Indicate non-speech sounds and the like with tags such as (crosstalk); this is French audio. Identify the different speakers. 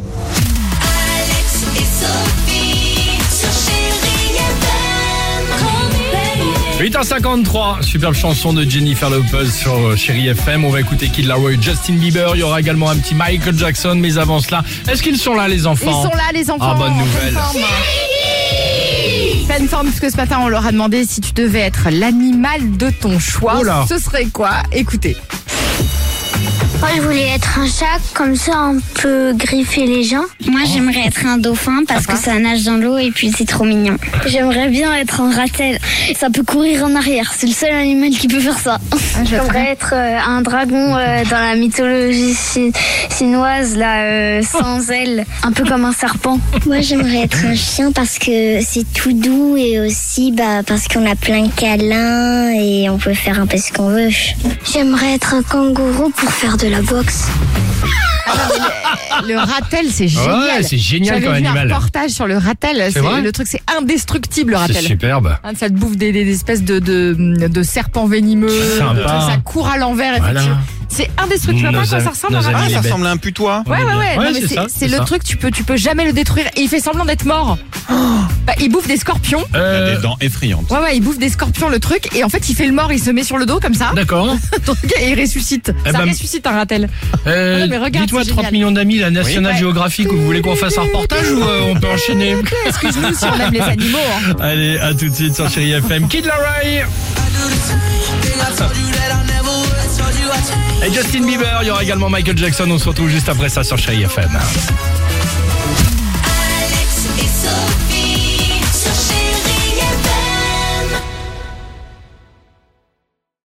Speaker 1: Alex et Sophie sur Chérie FM.
Speaker 2: 8h53, superbe chanson de Jennifer Lopez sur euh, Chéri FM. On va écouter Kid Laroi, Justin Bieber. Il y aura également un petit Michael Jackson. Mais avant cela, est-ce qu'ils sont là les
Speaker 3: Ils
Speaker 2: enfants
Speaker 3: sont là, les enfants.
Speaker 2: Ah, bonne
Speaker 3: en pleine
Speaker 2: nouvelle.
Speaker 3: forme. Pleine forme, puisque ce matin, on leur a demandé si tu devais être l'animal de ton choix.
Speaker 2: Oh là.
Speaker 3: Ce serait quoi Écoutez.
Speaker 4: Moi, je voulais être un chat, comme ça on peut griffer les gens. Moi, j'aimerais être un dauphin parce que ça nage dans l'eau et puis c'est trop mignon. J'aimerais bien être un ratel. Ça peut courir en arrière. C'est le seul animal qui peut Ah, faire ça. j'aimerais être euh, un dragon euh, dans la mythologie chi- chinoise, là, euh, (laughs) sans ailes, un peu comme un serpent. Moi, j'aimerais être un chien parce que c'est tout doux et aussi bah, parce qu'on a plein de câlins et on peut faire un peu ce qu'on veut. J'aimerais être un kangourou pour faire de la boxe.
Speaker 3: Le ratel, c'est génial.
Speaker 2: Ouais, c'est génial comme
Speaker 3: J'avais vu
Speaker 2: animal.
Speaker 3: un reportage sur le ratel. C'est-
Speaker 2: vrai
Speaker 3: Le truc, c'est indestructible, le
Speaker 2: C'est
Speaker 3: ratel.
Speaker 2: superbe.
Speaker 3: Hein, ça te bouffe des, des- des espèces de, de, de serpents venimeux.
Speaker 2: C'est sympa.
Speaker 3: de trucs, Ça court à l'envers.
Speaker 2: Voilà.
Speaker 3: effectivement. C'est indestructible. Tu vois pas
Speaker 2: Nos
Speaker 3: à quoi
Speaker 2: am-
Speaker 3: ça ressemble
Speaker 2: nos
Speaker 3: un
Speaker 2: amis
Speaker 3: ratel
Speaker 2: les
Speaker 5: Ah, ça
Speaker 2: bêtes.
Speaker 5: ressemble à un putois.
Speaker 3: Ouais, ouais, ouais,
Speaker 2: Ouais,
Speaker 3: non, mais
Speaker 2: c'est
Speaker 3: c'est
Speaker 2: ça,
Speaker 3: c'est
Speaker 2: c'est
Speaker 3: le
Speaker 2: ça.
Speaker 3: truc, tu peux, tu peux jamais le détruire. Et il fait semblant d'être mort.
Speaker 2: Oh.
Speaker 3: Bah, il bouffe des scorpions.
Speaker 5: Il a
Speaker 2: Euh,
Speaker 5: des dents effrayantes.
Speaker 3: Ouais, ouais, il bouffe des scorpions, le truc. Et en fait, il fait le mort, il se met sur le dos comme ça.
Speaker 2: Euh, D'accord.
Speaker 3: Donc, (laughs) et il ressuscite.
Speaker 2: Eh
Speaker 3: ça
Speaker 2: ben-
Speaker 3: ressuscite un
Speaker 2: (laughs)
Speaker 3: ratel.
Speaker 2: Euh,
Speaker 3: Ah non, mais regarde,
Speaker 2: Dites-moi
Speaker 3: c'est
Speaker 2: 30
Speaker 3: génial.
Speaker 2: millions d'amis, la National
Speaker 3: Ouais.
Speaker 2: Geographic, vous voulez qu'on fasse un reportage ou euh, on peut enchaîner
Speaker 3: (laughs) Excuse-nous si on aime les animaux. hein.
Speaker 2: Allez, à tout de suite sur Chéri FM. Kid Laroi et Justin Bieber, il y aura également Michael Jackson. On se retrouve juste après ça sur Chéri FM.